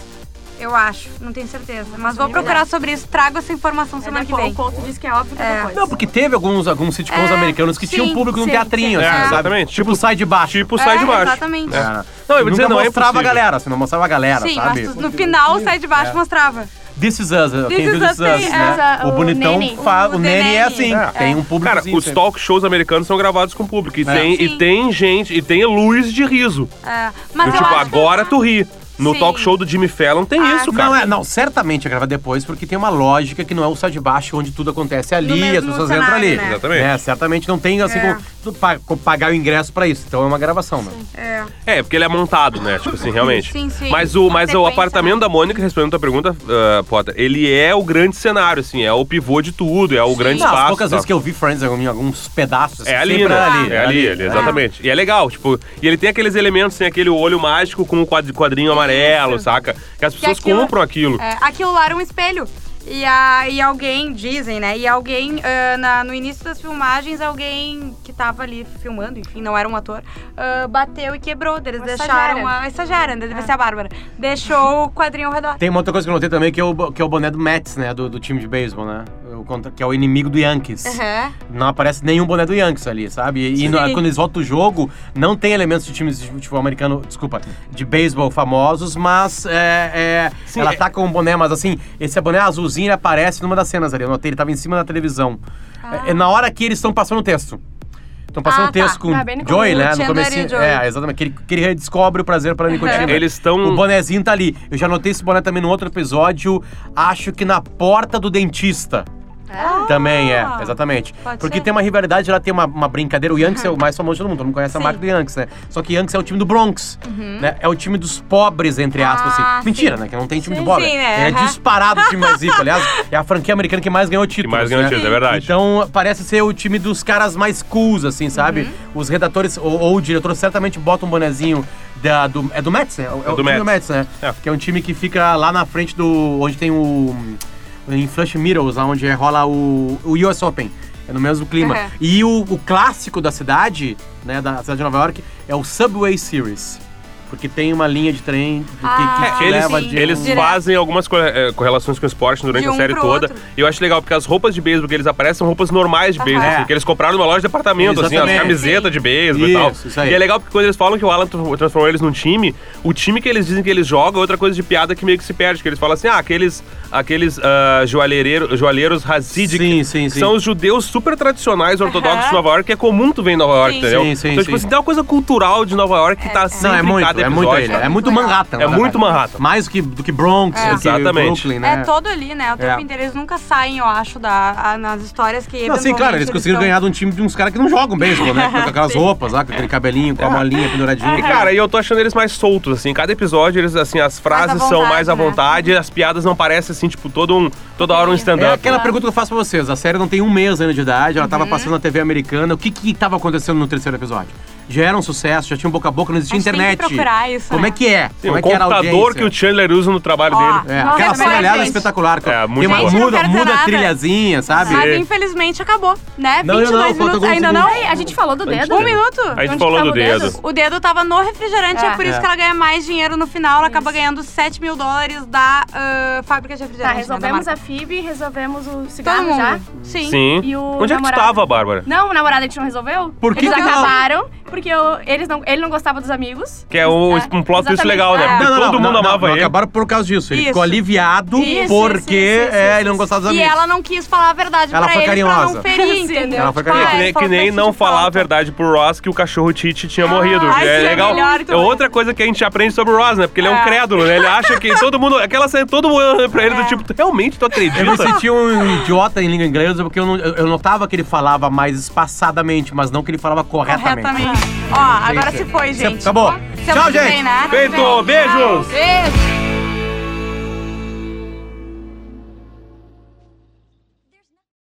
[SPEAKER 1] Eu acho, não tenho certeza. Mas vou
[SPEAKER 3] nem
[SPEAKER 1] procurar sobre isso, trago essa informação
[SPEAKER 3] É
[SPEAKER 1] semana que
[SPEAKER 3] depois,
[SPEAKER 1] vem.
[SPEAKER 3] O ponto diz que é óbvio que é depois.
[SPEAKER 4] Não, porque teve alguns, alguns sitcoms
[SPEAKER 1] É,
[SPEAKER 4] americanos que
[SPEAKER 1] sim,
[SPEAKER 4] tinham público num
[SPEAKER 1] sim,
[SPEAKER 4] teatrinho,
[SPEAKER 1] sim.
[SPEAKER 4] assim,
[SPEAKER 1] É,
[SPEAKER 4] sabe?
[SPEAKER 2] exatamente.
[SPEAKER 4] Tipo, sai de baixo.
[SPEAKER 2] Tipo, sai
[SPEAKER 1] É,
[SPEAKER 2] de baixo.
[SPEAKER 1] exatamente.
[SPEAKER 2] É.
[SPEAKER 4] É.
[SPEAKER 2] Não, eu vou
[SPEAKER 4] Nunca
[SPEAKER 2] dizer, não é
[SPEAKER 4] mostrava a
[SPEAKER 2] impossível.
[SPEAKER 4] galera, assim, não mostrava a galera,
[SPEAKER 1] Sim,
[SPEAKER 4] sabe?
[SPEAKER 1] mas tu- no final sai de baixo e mostrava.
[SPEAKER 4] This is us, quem
[SPEAKER 1] This
[SPEAKER 4] viu
[SPEAKER 1] is
[SPEAKER 4] This
[SPEAKER 1] Us
[SPEAKER 4] is
[SPEAKER 1] tem-
[SPEAKER 4] us, né?
[SPEAKER 3] é,
[SPEAKER 4] O
[SPEAKER 3] o
[SPEAKER 4] bonitão,
[SPEAKER 3] Nene.
[SPEAKER 4] fa-
[SPEAKER 1] O
[SPEAKER 4] o Nene é
[SPEAKER 1] Nene.
[SPEAKER 4] assim,
[SPEAKER 2] É.
[SPEAKER 4] tem um público
[SPEAKER 2] Cara, os talk shows americanos são gravados com público. E,
[SPEAKER 4] É.
[SPEAKER 2] tem,
[SPEAKER 1] Sim.
[SPEAKER 2] e tem gente, e tem luz de riso.
[SPEAKER 1] É, mas
[SPEAKER 2] Do
[SPEAKER 1] eu
[SPEAKER 2] tipo,
[SPEAKER 1] acho que- é
[SPEAKER 2] agora tu ri. No
[SPEAKER 1] Sim.
[SPEAKER 2] talk show do Jimmy Fallon tem
[SPEAKER 1] Ah,
[SPEAKER 2] isso, cara.
[SPEAKER 4] Não, é, não, certamente é gravar depois, porque tem uma lógica que não é o sai de baixo onde tudo acontece é
[SPEAKER 1] No
[SPEAKER 4] ali,
[SPEAKER 1] mesmo
[SPEAKER 4] as pessoas
[SPEAKER 1] cenário,
[SPEAKER 4] entram ali.
[SPEAKER 1] né?
[SPEAKER 2] Exatamente.
[SPEAKER 4] É, certamente não tem assim
[SPEAKER 1] É.
[SPEAKER 4] como tu pa- co- pagar o ingresso pra isso. Então é uma gravação, né?
[SPEAKER 1] É.
[SPEAKER 2] É, porque ele é montado, né? Tipo assim, realmente.
[SPEAKER 1] Sim, sim.
[SPEAKER 2] Mas o,
[SPEAKER 1] A
[SPEAKER 2] mas o
[SPEAKER 1] sequência,
[SPEAKER 2] apartamento
[SPEAKER 1] né?
[SPEAKER 2] da Mônica, respondendo a tua pergunta, ah, Potter, ele é o grande cenário, assim, é o pivô de tudo, é o grande
[SPEAKER 4] Não, as
[SPEAKER 2] espaço.
[SPEAKER 4] poucas
[SPEAKER 2] tá?
[SPEAKER 4] vezes que eu vi Friends em alguns pedaços, assim,
[SPEAKER 2] É ali,
[SPEAKER 4] sempre
[SPEAKER 2] né?
[SPEAKER 4] era
[SPEAKER 2] é ali, ali, exatamente. E é legal, tipo, e ele tem aqueles elementos, tem aquele olho mágico com o quadri- quadrinho amarelo, saca? Que as pessoas
[SPEAKER 1] aquilo-
[SPEAKER 2] compram aquilo.
[SPEAKER 1] É, aquilo lá era um espelho. E, a, e alguém, dizem, né? E alguém, ah, na- no início das filmagens, alguém que tava ali filmando, enfim, não era um ator, ah, bateu e quebrou. Daí Eles
[SPEAKER 3] Uma
[SPEAKER 1] deixaram
[SPEAKER 3] estagiária.
[SPEAKER 1] a, a estagiária, né, deve ser a Bárbara. Deixou o quadrinho ao redor.
[SPEAKER 4] Tem uma outra coisa que eu notei também, que é o, bo- que é o boné do Mets, né? Do, do time de beisebol, né? O contra- que é o inimigo do Yankees.
[SPEAKER 1] Aham.
[SPEAKER 4] Não aparece nenhum boné do Yankees ali, sabe? E, e na-
[SPEAKER 1] É? Sim.
[SPEAKER 4] quando eles voltam o jogo, não tem elementos de times de futebol americano, desculpa, de beisebol famosos, mas é, é,
[SPEAKER 2] Sim,
[SPEAKER 4] ela
[SPEAKER 2] é-
[SPEAKER 4] tá com um boné, mas assim, esse boné azulzinho ele aparece numa das cenas ali. Eu notei, ele tava em cima da televisão. É, é na hora que eles estão passando o texto. Estão passando
[SPEAKER 1] Ah,
[SPEAKER 4] o texto
[SPEAKER 1] tá.
[SPEAKER 4] com
[SPEAKER 3] Ah, bem no
[SPEAKER 4] Joey,
[SPEAKER 3] começo.
[SPEAKER 4] né? No
[SPEAKER 1] Chandler e
[SPEAKER 4] comecinho.
[SPEAKER 1] o Joey.
[SPEAKER 4] É, exatamente. Que ele, que ele redescobre o prazer pela nicotina.
[SPEAKER 2] Eles estão-
[SPEAKER 4] O bonezinho tá ali. Eu já notei esse boné também num outro episódio, acho que na porta do dentista.
[SPEAKER 1] Ah.
[SPEAKER 4] Também é, exatamente.
[SPEAKER 1] Pode
[SPEAKER 4] Porque
[SPEAKER 1] ser.
[SPEAKER 4] tem uma rivalidade, ela tem uma, uma brincadeira. O Yankees é o mais famoso do mundo, todo mundo conhece
[SPEAKER 1] Sim.
[SPEAKER 4] a
[SPEAKER 1] Uhum.
[SPEAKER 4] marca do Yankees, né? Só que Yankees é o time do Bronx, né? É o time dos pobres, entre aspas,
[SPEAKER 1] Ah,
[SPEAKER 4] assim. Mentira, né? Que não tem time
[SPEAKER 1] Sim,
[SPEAKER 4] de pobre.
[SPEAKER 1] sim, né?
[SPEAKER 4] É
[SPEAKER 1] Aham.
[SPEAKER 4] disparado o time mais rico. Aliás, é a franquia americana que mais ganhou títulos,
[SPEAKER 2] mais ganhou
[SPEAKER 4] né?
[SPEAKER 2] títulos, é verdade.
[SPEAKER 4] Então, parece ser o time dos caras mais cools, assim, sabe?
[SPEAKER 1] Uhum.
[SPEAKER 4] Os redatores ou, ou o diretor certamente bota um bonezinho da, do... É do Mets, né? É, o
[SPEAKER 2] do
[SPEAKER 4] time
[SPEAKER 2] Mets.
[SPEAKER 4] do Mets, né?
[SPEAKER 2] É.
[SPEAKER 4] Que é um time que fica lá na frente do... Onde tem o... Em Flush Meadows, lá onde rola o, o US Open. É no mesmo clima.
[SPEAKER 1] Aham.
[SPEAKER 4] E o, o clássico da cidade, né? Da cidade de Nova York, é o Subway Series. Porque tem uma linha de trem que, que
[SPEAKER 1] Ah,
[SPEAKER 4] te
[SPEAKER 1] sim.
[SPEAKER 2] Eles,
[SPEAKER 4] leva de
[SPEAKER 2] eles
[SPEAKER 4] um-
[SPEAKER 1] Direto.
[SPEAKER 2] fazem algumas co- eh, correlações com o esporte durante
[SPEAKER 1] De
[SPEAKER 2] a
[SPEAKER 1] um
[SPEAKER 2] série
[SPEAKER 1] pro
[SPEAKER 2] toda.
[SPEAKER 1] outro. Tá
[SPEAKER 2] E eu acho legal, porque as roupas de beisebol que eles aparecem são roupas normais de beisebol,
[SPEAKER 4] Aham.
[SPEAKER 2] assim, que eles compraram numa loja de departamento, assim, ó,
[SPEAKER 4] Exatamente.
[SPEAKER 2] camiseta de beisebol e tal.
[SPEAKER 4] Isso, isso aí.
[SPEAKER 2] E é legal porque quando eles falam que o Alan tr- transformou eles num time, o time que eles dizem que eles jogam é outra coisa de piada que meio que se perde, que eles falam assim, ah, aqueles, aqueles ah, joalheireiro- joalheiros Hasidic,
[SPEAKER 4] Sim, sim,
[SPEAKER 2] que
[SPEAKER 4] sim.
[SPEAKER 2] são os judeus super tradicionais ortodoxos
[SPEAKER 1] Aham.
[SPEAKER 2] de Nova York, que é comum tu ver em Nova York,
[SPEAKER 1] Sim.
[SPEAKER 2] entendeu?
[SPEAKER 4] Sim, sim,
[SPEAKER 2] então, tipo
[SPEAKER 4] sim.
[SPEAKER 2] assim, tem uma coisa cultural de Nova York que tá sempre
[SPEAKER 4] Não, é
[SPEAKER 2] em
[SPEAKER 4] muito,
[SPEAKER 2] cada
[SPEAKER 4] é
[SPEAKER 2] episódio.
[SPEAKER 4] muito ele.
[SPEAKER 2] né?
[SPEAKER 4] É muito Manhattan.
[SPEAKER 2] É
[SPEAKER 4] na
[SPEAKER 2] muito
[SPEAKER 4] verdade.
[SPEAKER 2] Manhattan.
[SPEAKER 4] Mais que, do que Bronx,
[SPEAKER 1] É.
[SPEAKER 4] do que
[SPEAKER 2] Exatamente.
[SPEAKER 4] Brooklyn,
[SPEAKER 1] É
[SPEAKER 4] né?
[SPEAKER 1] todo ali, né? O tempo
[SPEAKER 4] É.
[SPEAKER 1] inteiro eles nunca saem, eu acho, da, a- nas histórias que.
[SPEAKER 4] Não, sim, claro, eles conseguiram
[SPEAKER 2] então.
[SPEAKER 4] ganhar de um time de uns caras que não jogam
[SPEAKER 2] [laughs]
[SPEAKER 4] beisebol, né? Com aquelas roupas lá, com aquele cabelinho, com a molinha penduradinha.
[SPEAKER 2] É. E, cara, e eu tô achando eles mais soltos, assim. Cada episódio, eles, assim, as frases
[SPEAKER 1] à
[SPEAKER 2] são
[SPEAKER 1] vontade,
[SPEAKER 2] mais à
[SPEAKER 1] né?
[SPEAKER 2] vontade, as piadas não parecem, assim, tipo, todo um, toda hora um
[SPEAKER 4] É
[SPEAKER 2] stand-up.
[SPEAKER 4] aquela pergunta que eu faço pra vocês. A série não tem um mês ainda de idade, ela
[SPEAKER 1] Uhum.
[SPEAKER 4] tava passando na TV americana. O que que tava acontecendo no terceiro episódio? Já era um sucesso, já tinha um boca a boca, não existia
[SPEAKER 1] A gente tem que
[SPEAKER 4] internet.
[SPEAKER 1] procurar isso,
[SPEAKER 4] Como
[SPEAKER 1] né?
[SPEAKER 4] é que é?
[SPEAKER 2] Sim,
[SPEAKER 4] Como
[SPEAKER 2] o
[SPEAKER 4] é que era a
[SPEAKER 2] computador
[SPEAKER 4] audiência?
[SPEAKER 2] que o Chandler usa no trabalho
[SPEAKER 1] Ó,
[SPEAKER 2] dele.
[SPEAKER 4] É,
[SPEAKER 1] Nossa,
[SPEAKER 4] aquela
[SPEAKER 1] é verdade,
[SPEAKER 4] serialhada
[SPEAKER 1] gente.
[SPEAKER 4] espetacular. cara.
[SPEAKER 2] É, muito
[SPEAKER 4] Tem uma
[SPEAKER 2] bom. Gente, eu não
[SPEAKER 4] muda,
[SPEAKER 1] quero dizer
[SPEAKER 4] muda a
[SPEAKER 1] nada.
[SPEAKER 4] trilhazinha, sabe?
[SPEAKER 1] Mas infelizmente acabou, né?
[SPEAKER 4] Não,
[SPEAKER 1] 22
[SPEAKER 4] não, falta
[SPEAKER 1] minutos.
[SPEAKER 4] alguns
[SPEAKER 1] Ainda não?
[SPEAKER 4] segundos.
[SPEAKER 3] Ei, a gente falou do
[SPEAKER 4] Pode
[SPEAKER 3] dedo?
[SPEAKER 4] ser.
[SPEAKER 1] Um minuto?
[SPEAKER 2] A gente
[SPEAKER 3] Onde
[SPEAKER 2] falou
[SPEAKER 3] tava
[SPEAKER 2] do
[SPEAKER 3] o dedo?
[SPEAKER 2] dedo.
[SPEAKER 1] O dedo tava no refrigerante, é,
[SPEAKER 3] É.
[SPEAKER 1] por isso
[SPEAKER 4] É.
[SPEAKER 1] que ela ganha mais dinheiro no final. Ela acaba ganhando 7 mil dólares da ah, fábrica de
[SPEAKER 3] Tá,
[SPEAKER 1] refrigerante.
[SPEAKER 3] resolvemos
[SPEAKER 1] né,
[SPEAKER 3] a FIB, resolvemos o
[SPEAKER 1] da marca. Todo
[SPEAKER 3] cigarro
[SPEAKER 1] mundo.
[SPEAKER 3] já.
[SPEAKER 1] Sim.
[SPEAKER 2] Sim.
[SPEAKER 3] E o
[SPEAKER 2] Onde é que tu
[SPEAKER 3] namorado?
[SPEAKER 2] tava, Bárbara?
[SPEAKER 3] Não, o namorado a gente não resolveu?
[SPEAKER 4] Por que
[SPEAKER 3] Eles
[SPEAKER 4] que não?
[SPEAKER 3] acabaram, porque eu- eles não, ele não gostava dos amigos.
[SPEAKER 2] Que é um, um plot twist
[SPEAKER 3] exatamente.
[SPEAKER 2] legal, né?
[SPEAKER 3] É.
[SPEAKER 2] Porque todo mundo amava
[SPEAKER 4] não,
[SPEAKER 2] ele.
[SPEAKER 4] Acabaram por causa disso. Ele
[SPEAKER 1] Isso.
[SPEAKER 4] ficou aliviado
[SPEAKER 3] Isso,
[SPEAKER 4] porque
[SPEAKER 3] isso, isso,
[SPEAKER 4] é,
[SPEAKER 3] isso,
[SPEAKER 4] ele não gostava dos
[SPEAKER 1] E
[SPEAKER 4] amigos.
[SPEAKER 1] ela não quis falar a verdade
[SPEAKER 4] Ela
[SPEAKER 1] pra
[SPEAKER 4] foi
[SPEAKER 1] ele pra
[SPEAKER 4] carinhosa.
[SPEAKER 1] não ferir,
[SPEAKER 3] Sim.
[SPEAKER 1] entendeu?
[SPEAKER 4] Ela foi
[SPEAKER 1] Tipo,
[SPEAKER 4] carinhosa.
[SPEAKER 2] que
[SPEAKER 1] ah,
[SPEAKER 2] nem,
[SPEAKER 1] falta
[SPEAKER 2] que nem
[SPEAKER 1] esse
[SPEAKER 2] não
[SPEAKER 1] de
[SPEAKER 2] falar a
[SPEAKER 1] falta.
[SPEAKER 2] verdade pro Ross que o cachorro Titi tinha morrido.
[SPEAKER 1] ai,
[SPEAKER 2] é
[SPEAKER 1] sim, é
[SPEAKER 2] legal.
[SPEAKER 1] melhor que
[SPEAKER 2] É
[SPEAKER 1] o-
[SPEAKER 2] outra coisa que a gente aprende sobre o Ross, né? Porque ele é um
[SPEAKER 1] É.
[SPEAKER 2] crédulo, né? Ele acha que todo mundo. Aquela cena todo mundo olha pra ele do
[SPEAKER 1] É.
[SPEAKER 2] tipo, "Tu realmente tu acredita?
[SPEAKER 4] Eu me sentia um idiota em língua inglesa porque eu, não- eu- eu notava que ele falava mais espaçadamente, mas não que ele falava corretamente.
[SPEAKER 1] Corretamente. Ó, agora
[SPEAKER 4] Gente,
[SPEAKER 1] se foi, gente.
[SPEAKER 4] Acabou.
[SPEAKER 1] Semana
[SPEAKER 4] Tchau,
[SPEAKER 1] que
[SPEAKER 4] gente.
[SPEAKER 1] vem, né?
[SPEAKER 2] Feito, beijos!
[SPEAKER 1] Beijo.